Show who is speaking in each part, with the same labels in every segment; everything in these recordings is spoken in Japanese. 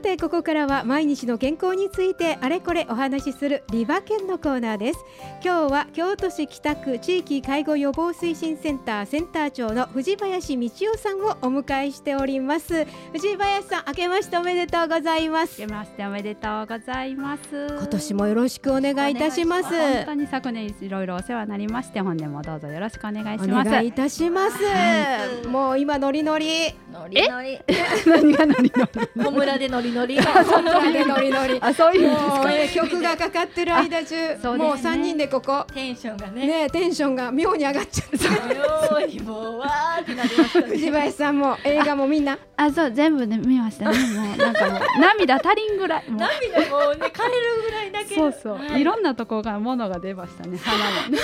Speaker 1: てここからは毎日の健康についてあれこれお話しするリバケンのコーナーです今日は京都市北区地域介護予防推進センターセンター長の藤林道夫さんをお迎えしております藤林さん明けましておめでとうございます
Speaker 2: 明けましておめでとうございます
Speaker 1: 今年もよろしくお願いいたします
Speaker 2: 本当に昨年いろいろお世話になりまして本年もどうぞよろしくお願いします
Speaker 1: お願いいたします、
Speaker 3: はい
Speaker 1: もう今ノリノリ
Speaker 3: ノリノリ。
Speaker 2: 何が何が
Speaker 3: 小村でノリ ノリ。
Speaker 1: ノリノリ
Speaker 2: あそういう意味です
Speaker 1: もう
Speaker 2: か
Speaker 1: ね曲がかかってる間中、
Speaker 2: そうですね
Speaker 1: もう三人でここ
Speaker 3: テンションがね。
Speaker 1: ねえテンションが妙に上がっちゃって
Speaker 3: よーいもうわーってなりましたね。
Speaker 1: 藤林さんも映画もみんな
Speaker 2: あそう全部ね見ましたねもうなんかもう涙足りんぐらいもう
Speaker 3: 涙もうね枯れるぐらいだけ。
Speaker 2: そうそう、、
Speaker 3: はい
Speaker 2: ろんなとこがものが出ましたね花もね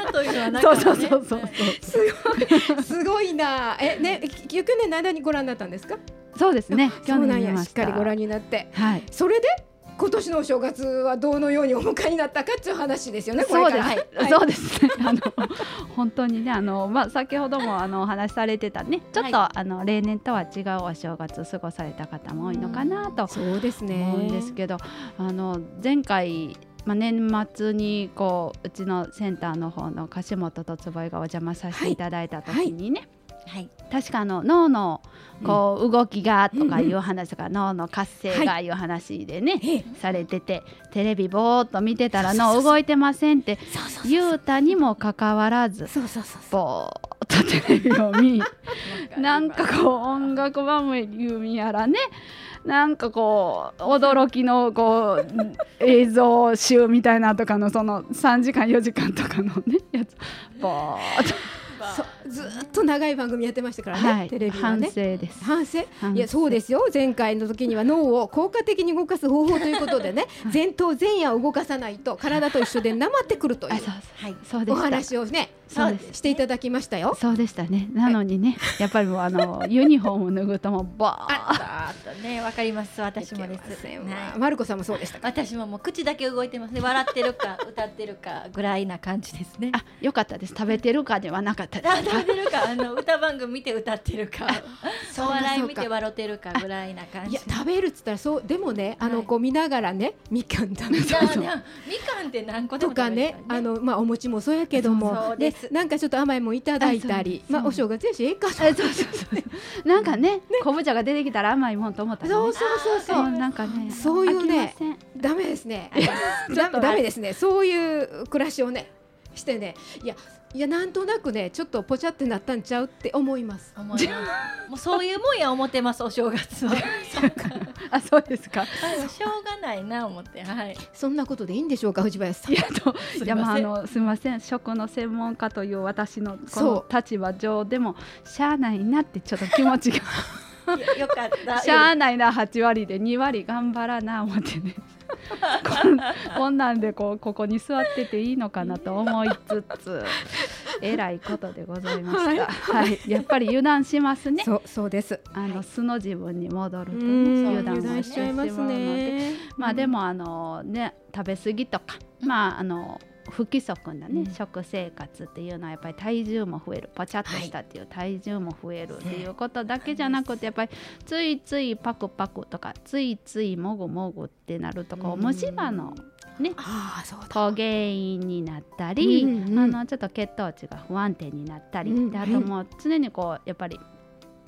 Speaker 3: 穴というのはな
Speaker 2: そ
Speaker 3: か
Speaker 2: う
Speaker 3: っ
Speaker 2: そ
Speaker 3: たね
Speaker 2: うそうそうそう
Speaker 1: すごいすごいなえねき去年の間にご覧になったんですか
Speaker 2: そうですね
Speaker 1: そ
Speaker 2: 去
Speaker 1: うな
Speaker 2: 年
Speaker 1: ん
Speaker 2: 見
Speaker 1: や
Speaker 2: ま
Speaker 1: しっ
Speaker 2: し
Speaker 1: か
Speaker 2: た
Speaker 1: りご覧になって
Speaker 2: はい
Speaker 1: それで今年のお正月はどのようにお迎えになったかっていう話ですよねこれ
Speaker 2: そ
Speaker 1: か
Speaker 2: うで
Speaker 1: ら
Speaker 2: す、
Speaker 1: はい
Speaker 2: そうです ね。あの本当にね、あのまあ先ほどもあのお話しされてたね、ちょっと、あの例年とは違うお正月過ごされた方も多いのかなと
Speaker 1: そうですね
Speaker 2: 思うんですけど、あの前回。まあ、年末にこううちのセンターの方の樫本と坪井がお邪魔させていただいた時にね、
Speaker 3: はい。
Speaker 2: 確かあの脳のこう動きがとかいう話とか、脳の活性がいう話でね、
Speaker 1: ええ
Speaker 2: されててテレビぼーっと見てたら脳動いてませんって
Speaker 1: そうそう
Speaker 2: 雄太にもかかわらず
Speaker 1: そうそうそうそう
Speaker 2: ぼーっとテレビを見なんかこう音楽番組やらねなんかこう驚きのこう映像集みたいなとかのその3時間4時間とかのねやつぼーっと、
Speaker 1: そうずーっと長い番組やってましたからね、
Speaker 2: はい
Speaker 1: テレビは
Speaker 2: 反
Speaker 1: ね
Speaker 2: 省です。
Speaker 1: 反省
Speaker 2: 反省
Speaker 1: いやそうですよ前回の時には脳を効果的に動かす方法ということでね前頭前野を動かさないと体と一緒でなまってくるとい
Speaker 2: あ
Speaker 1: う
Speaker 2: そう
Speaker 3: はい。
Speaker 2: そうそうで
Speaker 1: お
Speaker 2: した
Speaker 1: 話をね
Speaker 2: そうです
Speaker 1: していただきましたよ。
Speaker 2: そうでしたねなのにねやっぱりもうあのユニフォームを脱ぐともうぼーっ
Speaker 3: あっとねわかります私もで。
Speaker 1: いけますせんわ
Speaker 3: はい
Speaker 1: まる子さんもそうでしたか。
Speaker 3: 私ももう口だけ動いてますね。笑ってるか歌ってるかぐらいな感じですね。
Speaker 2: あよかったです食べてるかではなかったです
Speaker 3: あ食べてるかあの歌番組見て歌ってるか、お笑い見て笑ってるかぐらいな感
Speaker 1: い
Speaker 3: じ
Speaker 1: や。食べるっつったらそうでもねあの
Speaker 3: はい
Speaker 1: こう見ながらねみかん食べ
Speaker 3: じゃ
Speaker 1: た
Speaker 3: あ
Speaker 1: り
Speaker 3: じゃあみかんって何個で
Speaker 1: と
Speaker 3: も食
Speaker 1: か
Speaker 3: べれ
Speaker 1: ね
Speaker 3: るから
Speaker 1: あのまあお餅もそうやけど
Speaker 3: そうそ
Speaker 1: も
Speaker 3: うで
Speaker 1: ですなんかちょっと甘いもんいただいたり
Speaker 2: あそう
Speaker 1: まあお正月やしええか
Speaker 2: えそうそうそうなんかね昆布茶が出てきたら甘いもんと思ったらね
Speaker 1: そうそうそうそう
Speaker 2: もうなんかね
Speaker 1: そういうね
Speaker 2: 飽きません
Speaker 1: ダメですね。
Speaker 3: ちょ
Speaker 1: ダ
Speaker 3: っと
Speaker 1: ダメですね。そういう暮らしをねしてね、いやいやなんとなくねちょっとポチャってなったんちゃうって思います。
Speaker 3: 思いますもうそういうもんや思ってますお正月はそうか
Speaker 2: あそうですか
Speaker 3: はいしょうがないな思ってはい
Speaker 1: そんなことでいいんでしょうか藤林さん
Speaker 2: い。やと
Speaker 3: すいません
Speaker 2: いやまああのすみません食の専門家という私のこ
Speaker 1: そ
Speaker 2: の立場上でもしゃあないなってちょっと気持ちが
Speaker 3: よよか った
Speaker 2: しゃあないな8割で2割頑張らな思ってねこんこんなんでこうここに座ってていいのかなと思いつ つえらいことでございました、はいやっぱり油断しますね
Speaker 1: そうそうです。
Speaker 2: あの素の自分に戻る
Speaker 1: う
Speaker 2: と
Speaker 1: ん
Speaker 2: ね
Speaker 3: 油断を
Speaker 1: 油断し
Speaker 2: し
Speaker 1: ち
Speaker 2: て
Speaker 1: ゃい
Speaker 2: しま
Speaker 1: ま
Speaker 2: う
Speaker 1: す
Speaker 2: ので
Speaker 1: ね。
Speaker 2: まあでもあのね食べ過ぎとかまああの不規則なね、
Speaker 3: うん
Speaker 2: 食生活っていうのはやっぱり体重も増えるポチャっとしたっていう体重も増えるっていうことだけじゃなくてやっぱりついついパクパクとかついついもぐもぐってなるとこう
Speaker 1: うん
Speaker 2: 虫歯の
Speaker 1: ああそうだ。
Speaker 2: 原因になったり、
Speaker 1: うんうん
Speaker 2: あのちょっと血糖値が不安定になったり、
Speaker 1: うん
Speaker 2: であともう常にこうやっぱり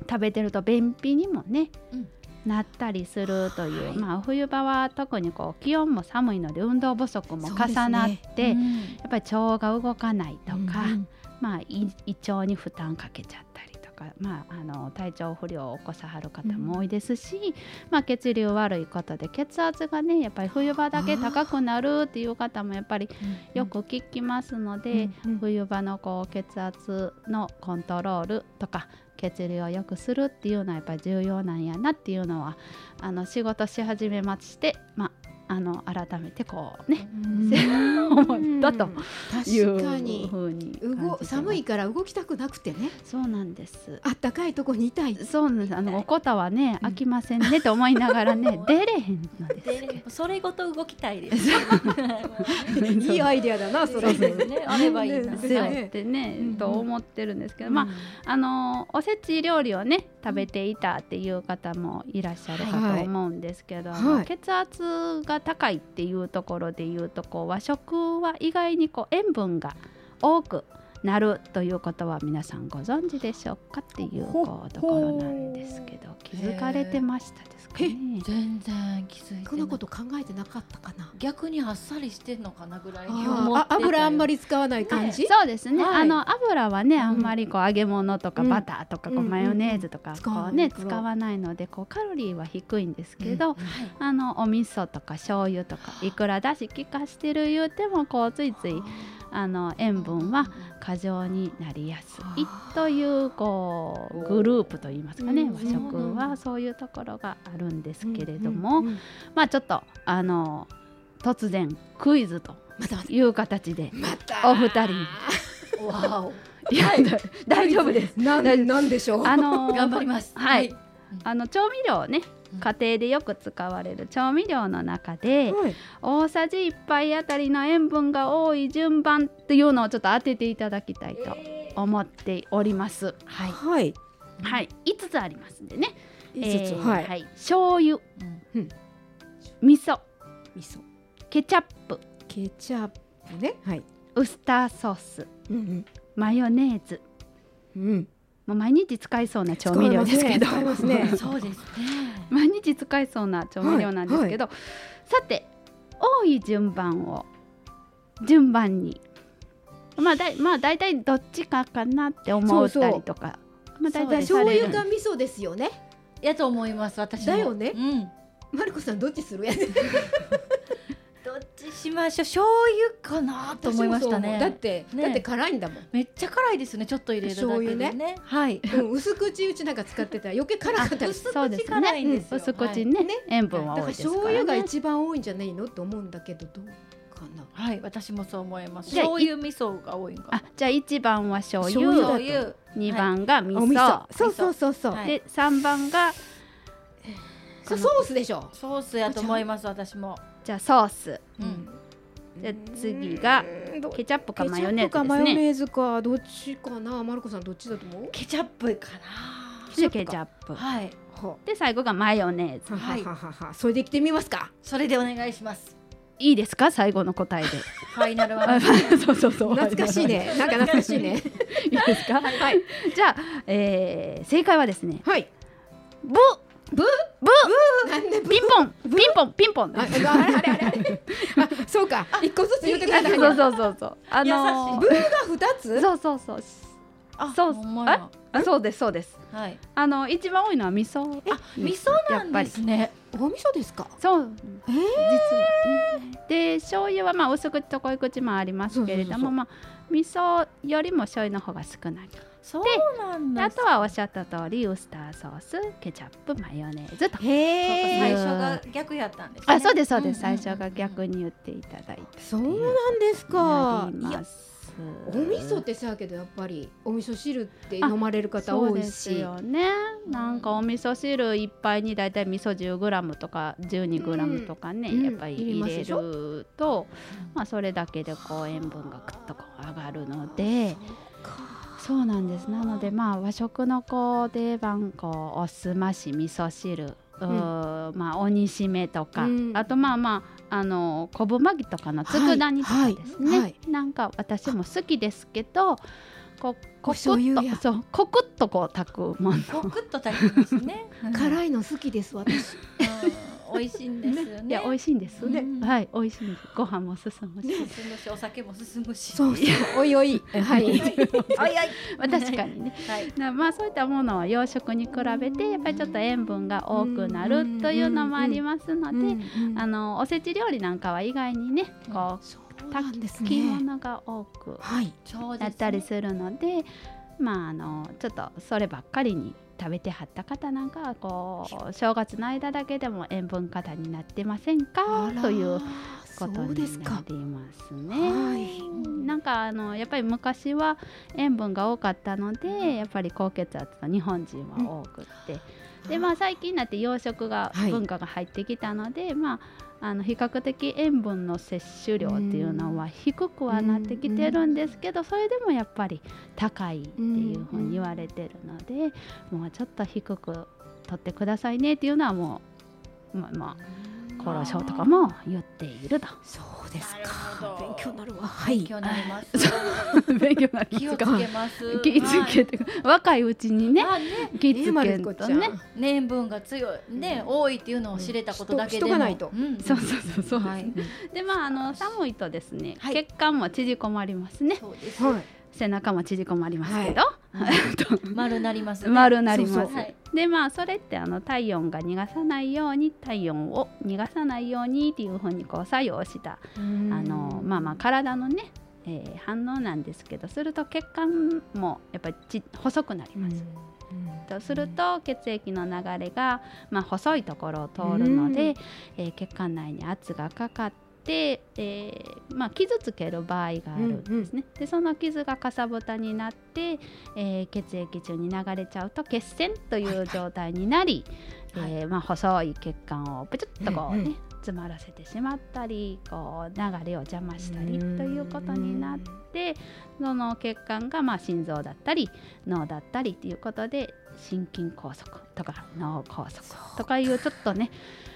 Speaker 2: 食べてると便秘にもね、
Speaker 3: うん
Speaker 2: なったりするという、
Speaker 1: はい
Speaker 2: まあ冬場は特にこう気温も寒いので運動不足も重なって、
Speaker 3: うん
Speaker 2: やっぱり腸が動かないとか、
Speaker 1: うん
Speaker 2: まあ、胃胃腸に負担かけちゃったりとか、まあ、あの体調不良を起こさはる方も多いですし、まあ、血流悪いことで血圧がねやっぱり冬場だけ高くなるっていう方もやっぱりよく聞きますので、
Speaker 1: うん
Speaker 2: 冬場のこう血圧のコントロールとか血流を良くするっていうのはやっぱり重要なんやなっていうのはあの仕事し始めまして、まああの改めてこうね
Speaker 1: うん
Speaker 2: 思ったという
Speaker 1: 確かに
Speaker 2: ふうに
Speaker 1: う
Speaker 2: 感
Speaker 1: ご
Speaker 2: じてます
Speaker 1: 寒いから動きたくなくてね
Speaker 2: そうなんです
Speaker 1: あったかいとこにいたい
Speaker 2: そうなんですあ
Speaker 3: 痛
Speaker 2: の
Speaker 3: い
Speaker 2: おこたはね
Speaker 1: うん
Speaker 2: 飽きませんねと思いながらね出れへんのです
Speaker 3: でそれごと動きたいです。
Speaker 1: いいアイデアだなそ
Speaker 3: そう
Speaker 1: れ
Speaker 3: ですね。あればいいな。
Speaker 1: ね
Speaker 2: そう
Speaker 1: ね
Speaker 2: や
Speaker 3: はい
Speaker 2: ってね、
Speaker 1: うん
Speaker 2: と思ってるんですけど、まああのおせち料理をね食べていたっていう方もいらっしゃるか
Speaker 1: はい
Speaker 2: と思うんですけど、
Speaker 1: はい
Speaker 2: 血圧が高いっていうところでいうとこう和食は意外にこう塩分が多くなるということは皆さんご存知でしょうかっていう
Speaker 1: ほ
Speaker 2: こうところなんですけど気づかれてましたですかね。
Speaker 3: 全然気づいてない
Speaker 1: こんなこと考えてなかったかな
Speaker 3: 逆にあっさりしてんのかなぐらいに思っ
Speaker 1: あ
Speaker 3: てたよ
Speaker 1: 油あんまり使わない感じ
Speaker 2: そうですね、
Speaker 1: はい
Speaker 2: あの油はねあんまりこう揚げ物とか
Speaker 1: うん
Speaker 2: バターとかこ
Speaker 1: う
Speaker 2: うんマヨネーズとか
Speaker 1: 使わ
Speaker 2: こ
Speaker 1: な
Speaker 2: う
Speaker 1: い
Speaker 2: ね
Speaker 1: から
Speaker 2: 使わないのでこうカロリーは低いんですけど、
Speaker 3: はい
Speaker 2: あのお味噌とか醤油とかいくらだし効かしてる言うてもこうついついあの塩分は過剰になりやすいというこうグループといいますかね
Speaker 1: うん
Speaker 2: 和
Speaker 3: そうなん
Speaker 2: 食
Speaker 3: だ
Speaker 2: はそういうところがあるんですけれど
Speaker 1: うんう
Speaker 2: も
Speaker 1: んうん
Speaker 2: まあちょっとあの突然クイズと
Speaker 1: またまた
Speaker 2: いう形で
Speaker 1: また
Speaker 2: お二人に
Speaker 3: わお。
Speaker 2: いや 大丈夫です。
Speaker 1: な
Speaker 2: 大丈
Speaker 1: んなんでしょう
Speaker 2: あの
Speaker 3: 頑張ります。
Speaker 2: はい。あの調味料ね家庭でよく使われる調味料の中で、
Speaker 1: はい
Speaker 2: 大さじ1杯あたりの塩分が多い順番っていうのをちょっと当てていただきたいと思っております。はい、
Speaker 1: はい
Speaker 2: はい、5つありますんでね。
Speaker 1: 5つ
Speaker 2: えー
Speaker 1: はい
Speaker 2: はい、醤油、
Speaker 1: う
Speaker 2: うんん、味噌、
Speaker 1: 味噌
Speaker 2: ケチャップ、
Speaker 1: ケチャップねはい
Speaker 2: ウスターソース、
Speaker 1: うん
Speaker 2: マヨネーズ。
Speaker 1: うんうん
Speaker 2: もう毎日使いそうな調味料ですけど、
Speaker 1: 使い ますね
Speaker 3: そうですね。
Speaker 2: 毎日使いそうな調味料なんですけど、さて多い順番を順番にまあだいまあ大体どっちかかなって思ったりとかまあ大体
Speaker 1: 醤
Speaker 2: される
Speaker 1: 油か味噌ですよね
Speaker 3: やと思います。私も。
Speaker 1: だよね
Speaker 3: うん。
Speaker 1: マルコさんどっちする やつ
Speaker 3: どっちしましょう。醤油かなと思いました
Speaker 1: 私もそう思
Speaker 3: ね。
Speaker 1: うだって
Speaker 3: ね
Speaker 1: だって辛いんだもん
Speaker 3: めっちゃ辛いですね。ちょっと入れるだけでね。
Speaker 1: 醤油
Speaker 3: はい。
Speaker 1: うん薄口うちなんか使ってたら余計辛かったりする
Speaker 2: そうですね
Speaker 3: 辛いんですよ
Speaker 2: うん薄口ね,、
Speaker 1: はいね
Speaker 2: 塩分
Speaker 1: だ
Speaker 2: は
Speaker 1: から
Speaker 2: 多いですから、ね、
Speaker 1: 醤油が一番多いんじゃないのと思うんだけどどうかな
Speaker 3: はい。私もそう思います。
Speaker 2: じゃあ
Speaker 3: 醤油味噌が多いんか
Speaker 2: あ。じゃあ一番は醤
Speaker 1: 醤
Speaker 2: 油
Speaker 1: 油
Speaker 3: 油。
Speaker 2: 二番が味噌,、
Speaker 1: そうそうそうそう、
Speaker 3: はい
Speaker 2: で三番が
Speaker 1: そうソースでしょ
Speaker 3: ソースやと思います。私も。
Speaker 2: じゃあソース
Speaker 3: うん。
Speaker 2: じゃあ次がケチャップかマヨネーズ
Speaker 1: ケチャップかマ
Speaker 2: です
Speaker 1: ヨ
Speaker 2: ね
Speaker 1: ネーズかどっちかなマルコさんどっちだと思う
Speaker 3: ケチャップかな。
Speaker 2: でケチャップ
Speaker 3: はい。
Speaker 1: は
Speaker 2: で最後がマヨネーズ
Speaker 3: はい
Speaker 1: ははははそれでいってみますか
Speaker 3: それでお願いします。
Speaker 2: いいですか最後の答えで
Speaker 3: ファイナルは
Speaker 2: あそうそうそう。
Speaker 1: 懐かしい。ねなんか 懐かしいね
Speaker 2: いいですか。はい。じゃあ、えー、正解はですね。
Speaker 1: はい
Speaker 2: ブ
Speaker 1: ブ
Speaker 2: ブ
Speaker 1: なんで
Speaker 2: ピンポンピンポンピンポン。
Speaker 1: ああれあれあれあれあそうか一個ずつ言ってください
Speaker 2: そうそうそうそう。あの
Speaker 1: ブー
Speaker 2: ー
Speaker 1: が二つ
Speaker 2: そうそうそう。
Speaker 3: あ
Speaker 2: そう
Speaker 3: ほんまや
Speaker 2: あそうですそうです。
Speaker 3: はい。
Speaker 2: あの一番多いのは味噌。
Speaker 3: あ、味噌なんですね。
Speaker 1: お味噌ですか
Speaker 2: そう。
Speaker 1: えー
Speaker 2: 実はね。で醤油はまあ薄口と濃い口もありますけれど
Speaker 1: そうそうそう
Speaker 2: も、まあ味噌よりも醤油の方が少ない。
Speaker 3: そうなん
Speaker 2: で
Speaker 3: だ。
Speaker 2: あとはおっしゃった通りウスターソース、ケチャップ、マヨネーズと。
Speaker 1: へ
Speaker 3: 最
Speaker 1: え
Speaker 3: 初が逆やったんですね。
Speaker 2: あ、そうですそうです。
Speaker 3: んん
Speaker 2: 最
Speaker 3: ん
Speaker 2: 初が逆に言っていただいて。
Speaker 1: そうなんです
Speaker 2: な
Speaker 1: か
Speaker 2: り
Speaker 1: いや
Speaker 2: ます。
Speaker 1: お味噌ってさやけどやっぱりお味噌汁って飲まれる方
Speaker 2: そう
Speaker 1: 多
Speaker 2: で
Speaker 1: い
Speaker 2: す
Speaker 1: し
Speaker 2: よね。なんかお味噌汁一杯にだいたい味噌10グラムとか12グラムとかね、
Speaker 1: うん
Speaker 2: やっぱり
Speaker 1: 入れ
Speaker 2: 入
Speaker 1: ます
Speaker 2: れ
Speaker 1: でしょ
Speaker 2: ると、まあそれだけでこう塩分がぐっとこう上がるので、そうなんです。なのでまあ和食のこう定番こうおすまし味噌汁。うーまあ、おにしめとか、
Speaker 1: うん
Speaker 2: あとまあまああの昆布巻きとかの佃煮とかですね、
Speaker 1: はいはい
Speaker 2: なんか私も好きですけどこう
Speaker 1: お
Speaker 2: コク
Speaker 1: 醤
Speaker 2: ッ
Speaker 1: 油や
Speaker 2: とそうコクッとこう炊くもの
Speaker 3: コクッと炊きますね。
Speaker 1: 辛いの好きです私
Speaker 3: うん。美味しいんですよね。
Speaker 2: いや美味しいんです、
Speaker 3: ね
Speaker 2: はい美味しいんですご飯も進むし、
Speaker 3: 進むし、お酒も進むし。
Speaker 1: そうそう おいおいはい
Speaker 3: はいはい。
Speaker 2: まあ 確かにね
Speaker 3: はい。
Speaker 2: なまあそういったものは洋食に比べてやっぱりちょっと塩分が多くな
Speaker 1: う
Speaker 2: る
Speaker 1: ん
Speaker 2: というのもありますので、
Speaker 1: うん
Speaker 2: あのおせち料理なんかは意外にねこ
Speaker 1: そう
Speaker 2: う
Speaker 1: なんで
Speaker 2: 炊
Speaker 1: す
Speaker 2: き
Speaker 1: ね
Speaker 2: 物が多く
Speaker 1: はい
Speaker 3: そうですね
Speaker 2: だったりするのでまああのちょっとそればっかりに食べてはった方なんかはこう正月の間だけでも塩分過多になってませんかというこ
Speaker 1: そ
Speaker 2: と
Speaker 1: うです
Speaker 2: にな
Speaker 1: か。
Speaker 2: りますね。
Speaker 1: はい。
Speaker 2: なんかあのやっぱり昔は塩分が多かったのでやっぱり高血圧の日本人は多くって、でまあ最近になって洋食が
Speaker 1: はい
Speaker 2: 文化が入ってきたので、まああの比較的塩分の摂取量っていうのは低くはなってきてるんですけど、それでもやっぱり高いっていうふうに言われてるので、もうちょっと低く取ってくださいねっていうのはもうまあまあ厚労省とかも言っていると
Speaker 1: そうです
Speaker 3: な
Speaker 1: か
Speaker 3: る。ほ
Speaker 1: 勉
Speaker 3: ど
Speaker 1: 強になるわ。はい。
Speaker 3: 今日なります。
Speaker 2: 勉強になり
Speaker 3: 気
Speaker 2: ます
Speaker 3: をつ
Speaker 2: か
Speaker 3: けます。
Speaker 2: 気付けて、若いうちにね
Speaker 3: はい。あね、
Speaker 2: 気付けん
Speaker 1: ねまる子
Speaker 2: と
Speaker 1: ちゃん
Speaker 2: ね
Speaker 3: 年分が強いね、多いっていうのを知れたことだけでも、
Speaker 1: うん人人がないと
Speaker 3: うん
Speaker 2: そうそうそうそう、
Speaker 3: はい、
Speaker 2: でまああの寒いとですね、
Speaker 3: はい
Speaker 2: 血管も縮こまりますね
Speaker 3: そうです、
Speaker 1: はい。
Speaker 2: 背中も縮こまりますけど、
Speaker 3: 丸なります、ね、
Speaker 2: 丸なります
Speaker 1: そうそう
Speaker 3: はい
Speaker 2: でまあそれってあの体温が逃がさないように体温を逃がさないようにっていうふうにこう作用した、
Speaker 1: あ
Speaker 2: あのまあまあ体のね、えー反応なんですけどすると血管もやっぱりち細くなります、とすると血液の流れが、まあ、細いところを通るので、えー血管内に圧がかかって、えーまあ、傷つける場合があるんですね、でその傷がかさぶたになって、えー血液中に流れちゃうと血栓という状態になり、
Speaker 1: はい
Speaker 2: えーまあ、細い血管をプチュッとこうね、
Speaker 1: うんうん
Speaker 2: 詰まらせてしまったりこう流れを邪魔したりと
Speaker 1: うん
Speaker 2: いうことになって。でその血管がまあ心臓だったり脳だったりっていうことで心筋梗塞とか脳梗塞とかいうちょっとね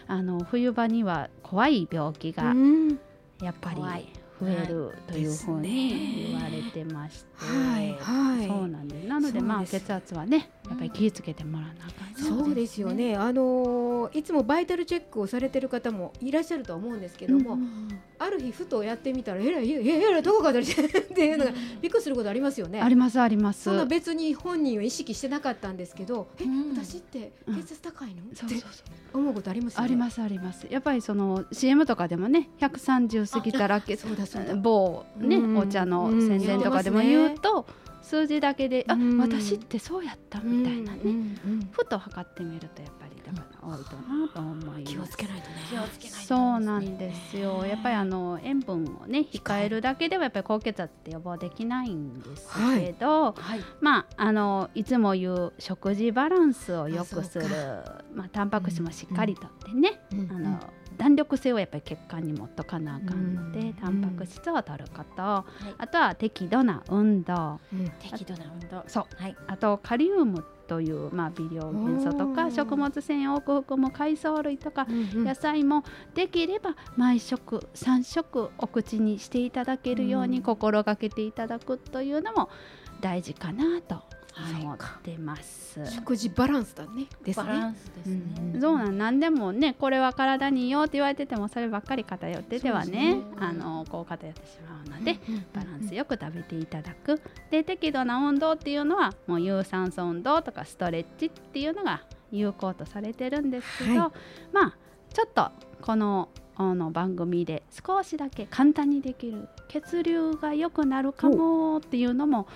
Speaker 2: あの冬場には怖い病気が
Speaker 1: うん
Speaker 2: やっぱり
Speaker 3: 怖い
Speaker 2: 増えるというふうに言われてまして、
Speaker 1: はいはい。
Speaker 2: そうなんですなのでま
Speaker 1: そう
Speaker 2: あ
Speaker 1: です
Speaker 2: 血圧はねやっぱり気をつけてもらわなあかんな
Speaker 1: そうですよね。あのーいつもバイタルチェックをされてる方もいらっしゃるとは思うんですけども、ある日ふとやってみたらえらいえらいえらいどこかだり っていうのがびっくりすることありますよね。
Speaker 2: ありますあります
Speaker 1: そんな別に本人を意識してなかったんですけど、え
Speaker 3: うん
Speaker 1: 私って血圧高いの、
Speaker 2: そう
Speaker 1: って
Speaker 2: そうそう
Speaker 1: 思うことありますよね。。
Speaker 2: ありますすありますやっぱりその CM とかでもね130過ぎたら血
Speaker 1: そうだそうだ。
Speaker 2: 某ね、
Speaker 1: うん
Speaker 2: お茶の宣伝とかでも言うと、数字だけで、
Speaker 1: うん
Speaker 2: あ私ってそうやったみたいなね、
Speaker 1: うんうん
Speaker 2: ふと測ってみるとやっぱりだから多いとなと思います。
Speaker 1: 気をつけないとね。
Speaker 3: 気をつけないと
Speaker 2: そうなんですよ、
Speaker 3: ね
Speaker 2: やっぱりあの塩分をね控えるだけではやっぱり高血圧って予防できないんですけど、
Speaker 3: はい
Speaker 2: まああのいつも言う食事バランスを良くする
Speaker 1: あそう
Speaker 2: まあタンパク質もしっかりとってね、
Speaker 1: うん
Speaker 2: あの弾力性をやっぱり血管に持っとかなあかんので、
Speaker 1: うん
Speaker 2: タンパク質を取ること、
Speaker 3: い
Speaker 2: あとは適度な運動
Speaker 1: うん
Speaker 3: 適度な運動
Speaker 2: そう
Speaker 3: はい
Speaker 2: あとカリウムという、まあ、微量元素と
Speaker 1: お
Speaker 2: か
Speaker 1: ー
Speaker 2: 食物繊維を多く含む海藻類とか、
Speaker 1: うんうん
Speaker 2: 野菜もできれば毎食3食お口にしていただけるよう
Speaker 1: う
Speaker 2: に
Speaker 1: ん
Speaker 2: 心がけていただくというのも大事かなと
Speaker 1: はい
Speaker 2: 思ってます。
Speaker 1: 食事バランスだね。です
Speaker 3: バラ
Speaker 1: ね。
Speaker 3: ンスですね、
Speaker 1: うん
Speaker 2: そうなんなんでもねこれは体にいいよって言われててもそればっかり偏っててはね
Speaker 3: そうですね
Speaker 2: あのこう偏ってしまうので、
Speaker 1: うん
Speaker 2: バランスよく食べていただくで適度な運動っていうのはもう有酸素運動とかストレッチっていうのが有効とされてるんですけど、
Speaker 1: は
Speaker 2: まあちょっとこのあの番組で少しだけ簡単にできる血流が良くなるかもっていうのも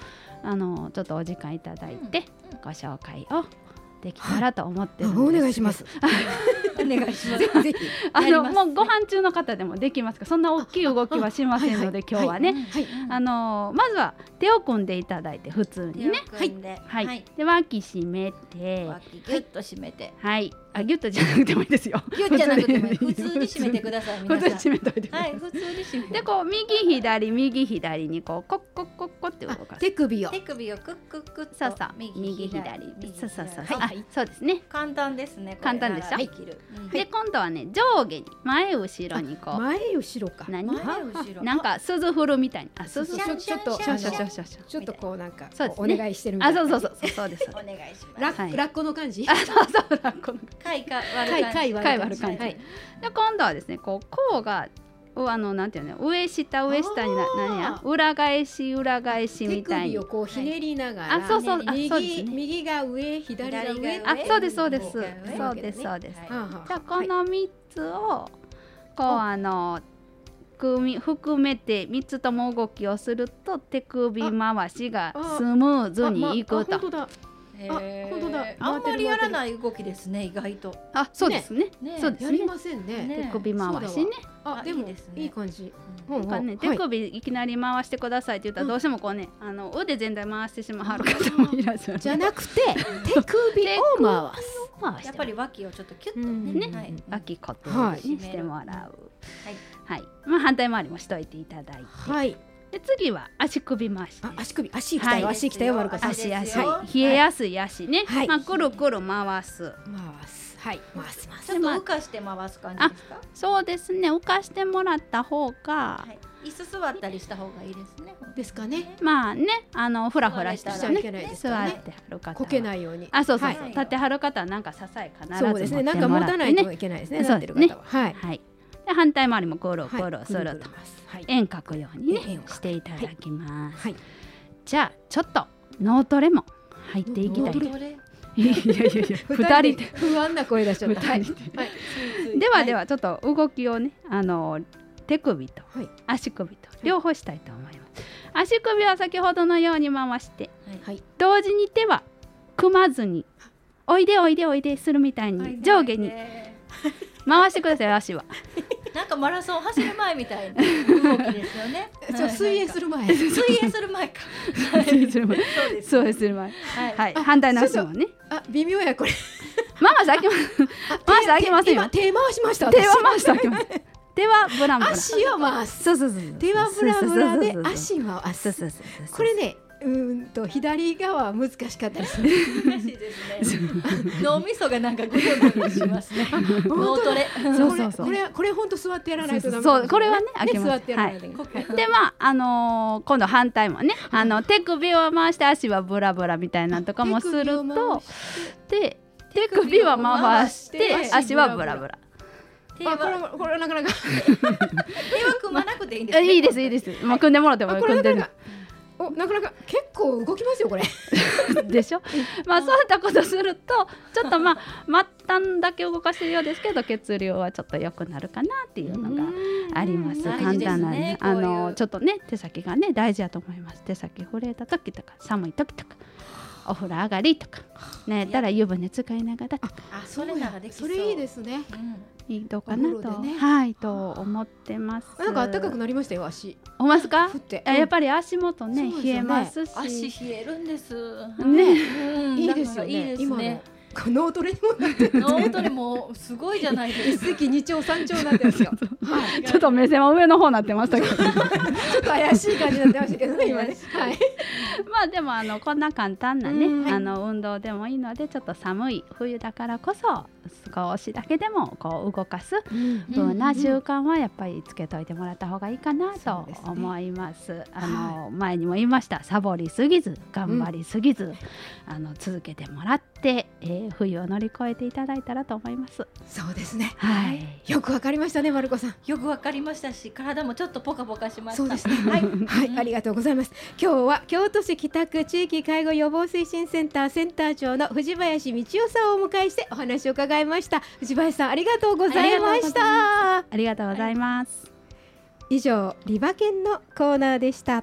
Speaker 2: あのちょっとお時間いただいて
Speaker 3: うんうん
Speaker 2: ご紹介をできたらと思って
Speaker 1: あ
Speaker 2: るんです
Speaker 1: お願いします。
Speaker 3: お願いします
Speaker 1: ぜひぜひ。
Speaker 2: あ
Speaker 3: やり
Speaker 2: の
Speaker 3: ます
Speaker 2: もうご飯中の方でもできますかそんな大きい動きはしませんので
Speaker 1: あ
Speaker 2: 今
Speaker 1: あ
Speaker 2: 日はね、
Speaker 1: はい。
Speaker 2: あのまずは手を組んでいただいて普通にね
Speaker 3: 手を組んで、
Speaker 2: はい、で脇締めて
Speaker 3: 脇ギュッと締めて、
Speaker 2: はいあギュッとじゃなくてもいいですよ
Speaker 3: ギュッじゃなくてもいい普
Speaker 2: 普
Speaker 3: 通
Speaker 2: 通
Speaker 3: に
Speaker 2: に
Speaker 3: 締めてください
Speaker 2: 普
Speaker 3: 皆
Speaker 2: 通に
Speaker 3: さ
Speaker 2: 締めといてく
Speaker 3: ん
Speaker 2: ださ、
Speaker 3: はいい普通に締めて
Speaker 2: でこう右左右左にこうコッコッコッコッって動
Speaker 1: あ
Speaker 2: かす
Speaker 1: 手首を。
Speaker 3: 手首をクックックッと
Speaker 2: そうそう
Speaker 3: 右
Speaker 2: 右
Speaker 3: 左
Speaker 2: 左
Speaker 3: 右
Speaker 2: そうそうそう
Speaker 3: 左
Speaker 2: あそうですね
Speaker 3: 簡単ですね
Speaker 2: 簡単でしょ
Speaker 3: はいきる、うん
Speaker 2: で今度はね上下に前後ろにこう
Speaker 1: 前後ろか。
Speaker 2: 何
Speaker 3: 前後ろ
Speaker 2: なんか鈴振るみたいなあ鈴
Speaker 1: ちょちょっと
Speaker 3: シ
Speaker 2: シャ
Speaker 3: ャン
Speaker 2: ン
Speaker 3: シ
Speaker 2: シ
Speaker 3: ャ
Speaker 2: ャ
Speaker 3: ン
Speaker 2: ン
Speaker 3: シ
Speaker 2: シ
Speaker 3: ャ
Speaker 2: ャンシャン
Speaker 3: ン
Speaker 2: シャン
Speaker 1: ちょっとこうなんか
Speaker 2: そうです
Speaker 1: お
Speaker 2: ね
Speaker 1: 願いしてるみたい
Speaker 2: あ
Speaker 1: な。
Speaker 2: そうそうそうそうそうですそう
Speaker 3: お
Speaker 2: です
Speaker 3: 願いしま
Speaker 1: ラ
Speaker 3: す
Speaker 2: はい
Speaker 1: ラッコの感じ。
Speaker 2: あそうそう だこの
Speaker 3: 回か
Speaker 1: かいかい
Speaker 2: かい
Speaker 1: 割
Speaker 2: 割
Speaker 1: る
Speaker 2: る
Speaker 1: 感じ。
Speaker 2: 感じ
Speaker 1: はい
Speaker 2: で今度はですねこう甲がうあのなんていうの上下上下にな
Speaker 1: あー
Speaker 2: 何や裏返し裏返し
Speaker 1: 手
Speaker 2: みたい
Speaker 1: 首
Speaker 2: に
Speaker 1: をこうひねりながら。
Speaker 2: あそうそうあそうです
Speaker 1: 右
Speaker 2: ね
Speaker 1: 右が上左が
Speaker 3: 左が
Speaker 1: 上。
Speaker 3: 上
Speaker 2: あそうですそうです
Speaker 3: こうやるわけ
Speaker 2: そうで
Speaker 3: ね
Speaker 2: すそうです
Speaker 3: はい
Speaker 1: はあはあ
Speaker 2: じゃあこの3つをこうあの組み含めて3つとも動きをすると手首回しがスムーズにいく
Speaker 1: あまああ
Speaker 2: と
Speaker 1: 本当だ。
Speaker 3: え
Speaker 1: あ本当だ
Speaker 3: へーあんまりやらない動きですね意外と
Speaker 2: あそうですね
Speaker 3: ね
Speaker 2: そうです
Speaker 1: や
Speaker 2: ね
Speaker 1: りませんね。
Speaker 3: ね
Speaker 2: 手首回しね
Speaker 1: あ
Speaker 3: あ
Speaker 1: でも
Speaker 3: いい
Speaker 1: い
Speaker 3: ですね
Speaker 1: い感 じ。
Speaker 3: うん
Speaker 1: うんうん
Speaker 2: なんかね
Speaker 1: は
Speaker 2: 手
Speaker 1: い
Speaker 2: 首いきなり回してくださいって言った
Speaker 1: う
Speaker 2: ら
Speaker 1: ん
Speaker 2: どうしてもこうねあの腕全体回してしまう方もいらっしゃる
Speaker 1: じゃなく て手首を回す。
Speaker 2: 回
Speaker 3: や
Speaker 2: し
Speaker 3: ってぱり脇をちょっとキュッと
Speaker 1: うん
Speaker 3: ね
Speaker 1: ね
Speaker 3: はい
Speaker 2: 秋コテ
Speaker 1: は
Speaker 2: ー
Speaker 1: い
Speaker 2: ジにしてもらう
Speaker 3: はい
Speaker 2: はい、まあ反対回りもしといていただいて
Speaker 1: はい。
Speaker 2: で次は足首回し
Speaker 1: あ
Speaker 2: です
Speaker 1: 足首足行きたいよ
Speaker 2: はい
Speaker 1: 足行きたいよマルコさん。
Speaker 3: 足
Speaker 2: 足足、
Speaker 3: はい
Speaker 2: 冷えやすい足ね、
Speaker 1: はい
Speaker 2: まあ、くるくる回す
Speaker 1: 回すはい回す回
Speaker 3: ち
Speaker 1: す。
Speaker 3: ょっと浮かして回す感じですか
Speaker 2: そうですね浮かしてもらった方が、
Speaker 3: はい椅子座ったりした方がいいですね
Speaker 1: ですかね
Speaker 2: まあねあのフラフラした
Speaker 1: 座
Speaker 2: ら
Speaker 1: れ
Speaker 2: ね
Speaker 1: たらね
Speaker 2: 座ってはる方は
Speaker 1: こけないいように。
Speaker 2: あそうそうそう、
Speaker 1: はい
Speaker 2: 立ってはる方はなんか支え必ず持って
Speaker 1: そ
Speaker 2: もらって、ね、
Speaker 1: うですね。なんか持たないといけないですね。
Speaker 2: そ
Speaker 1: な
Speaker 2: う
Speaker 1: って
Speaker 2: で
Speaker 1: る
Speaker 2: すね
Speaker 1: 方ははい。
Speaker 2: はいで反対回りもくる
Speaker 1: はい
Speaker 2: くるすると、
Speaker 1: ぐぐ回すはい。
Speaker 2: 円描くようにね
Speaker 1: 円を描く
Speaker 2: していただきます、
Speaker 1: はい。
Speaker 2: じゃあちょっと脳トレも入っていきたい
Speaker 1: 脳ト レ
Speaker 2: いやいやいや二人で
Speaker 1: 不安な声出しちゃった。はい
Speaker 2: 二人で
Speaker 1: はい
Speaker 2: ではではちょっと動きをねあの手首と
Speaker 1: はい
Speaker 2: 足首と両方したいと思います、足首は先ほどのように回して
Speaker 1: はい。
Speaker 2: 同時に手は組まずにおいでおいでおいでするみたいに上下に回してください 足は
Speaker 3: なんかマラソン走る前みたいな動きですよ ね
Speaker 1: じゃあ水泳す
Speaker 3: る
Speaker 1: る前。
Speaker 3: 水泳する前かそうです
Speaker 2: そうですね
Speaker 3: はい
Speaker 2: はい反対の足もね
Speaker 1: あ微妙やこれ。
Speaker 2: マ マ先も回してあげませんよ
Speaker 1: 今手回しました。
Speaker 2: 手は回してあげます手はブランブラン
Speaker 1: 足を回す。
Speaker 2: そうそうそうそう
Speaker 1: 手はブラブラで
Speaker 2: そうそうそうそう
Speaker 1: 足は回
Speaker 2: そう
Speaker 1: す。
Speaker 2: そうそうそう
Speaker 1: これね、うーんと左側は難しかったですね。
Speaker 3: 難しいですね脳みそがなんかグルグルしますね脳トレ
Speaker 2: そうそうそう
Speaker 1: これこれこれ本当座ってやらないとダメ
Speaker 2: そうそうそうこれはね開けます
Speaker 1: 座ってやらないといけない。
Speaker 2: でまああのー今度反対もねあの手首を回して足はブラブラみたいなのとかもする
Speaker 1: 手首を回
Speaker 2: と
Speaker 1: し
Speaker 2: で手首は回して
Speaker 1: 回して
Speaker 2: 足はブラブラ
Speaker 3: 手
Speaker 1: あこれ
Speaker 3: は
Speaker 1: はこれはなかなか
Speaker 3: 手は組まなくていいんです
Speaker 2: あ
Speaker 3: ね
Speaker 2: いいですいいですすもう組んでもらって
Speaker 1: あ
Speaker 2: も
Speaker 1: これ
Speaker 2: 組
Speaker 1: は
Speaker 2: ん
Speaker 1: な
Speaker 2: でる
Speaker 1: んかおなかなか結構動きますよこれ。
Speaker 2: でしょまあそういったことするとちょっとまあ末端だけ動かしてるようですけど血流はちょっと良くなるかなっていうのがあります
Speaker 3: 大
Speaker 2: 簡
Speaker 3: 事ですね
Speaker 2: 単なんで
Speaker 3: こう
Speaker 2: あ
Speaker 3: いう
Speaker 2: のちょっとね手先がね大事だと思います手先震えた時とか寒い時とかお風呂上がりとか寝たら湯船使いながらとか
Speaker 3: あそれならでき
Speaker 1: それいいですすね。
Speaker 2: いいとかな
Speaker 1: お風
Speaker 2: と、
Speaker 1: 呂でね
Speaker 2: はいと思ってます
Speaker 1: なんか暖かく
Speaker 2: な
Speaker 1: なりましたよ足。
Speaker 2: おますか
Speaker 1: 降って。
Speaker 2: あやっぱり足元ね
Speaker 1: そうですよ
Speaker 2: 冷
Speaker 1: ね
Speaker 2: えますし
Speaker 3: 足冷えるんです
Speaker 2: ね
Speaker 3: うん
Speaker 1: いいですよ
Speaker 3: だからい
Speaker 1: ね
Speaker 3: い。です
Speaker 1: 今の
Speaker 3: ね
Speaker 1: この脳トレにもなってる。
Speaker 3: 脳トレもすごいじゃないです
Speaker 1: 一
Speaker 3: か
Speaker 1: 石二鳥三鳥になってます よ。はい。
Speaker 2: ちょっと目線は上の方になってましたけど
Speaker 1: ちょっと怪しい感じになってましたけどね今ね。はい。
Speaker 2: まあでもあのこんな簡単なね、
Speaker 1: うんはい
Speaker 2: あの運動でもいいのでちょっと寒い冬だからこそ少しだけでもこう動かすような習慣はやっぱりつけといてもらった方がいいかな
Speaker 1: そう
Speaker 2: と
Speaker 1: ですね
Speaker 2: 思います。あの、前にも言いましたサボりすぎず頑張りすぎず、あの続けてもらって、えー冬を乗り越えていただいたらと思います。
Speaker 1: そうですね。
Speaker 2: はい。
Speaker 1: よくわかりましたね、まるこさん。
Speaker 3: よくわかりましたし体もちょっとポカポカしました
Speaker 1: そうですね
Speaker 3: はい
Speaker 1: はい、ありがとうございます。今日は京都市北区地域介護予防推進センターセンター長の藤林道夫さんをお迎えしてお話を伺いました。藤林さん、ありがとうございました。
Speaker 2: ありがとうございます。
Speaker 1: 以上、リバケンのコーナーでした。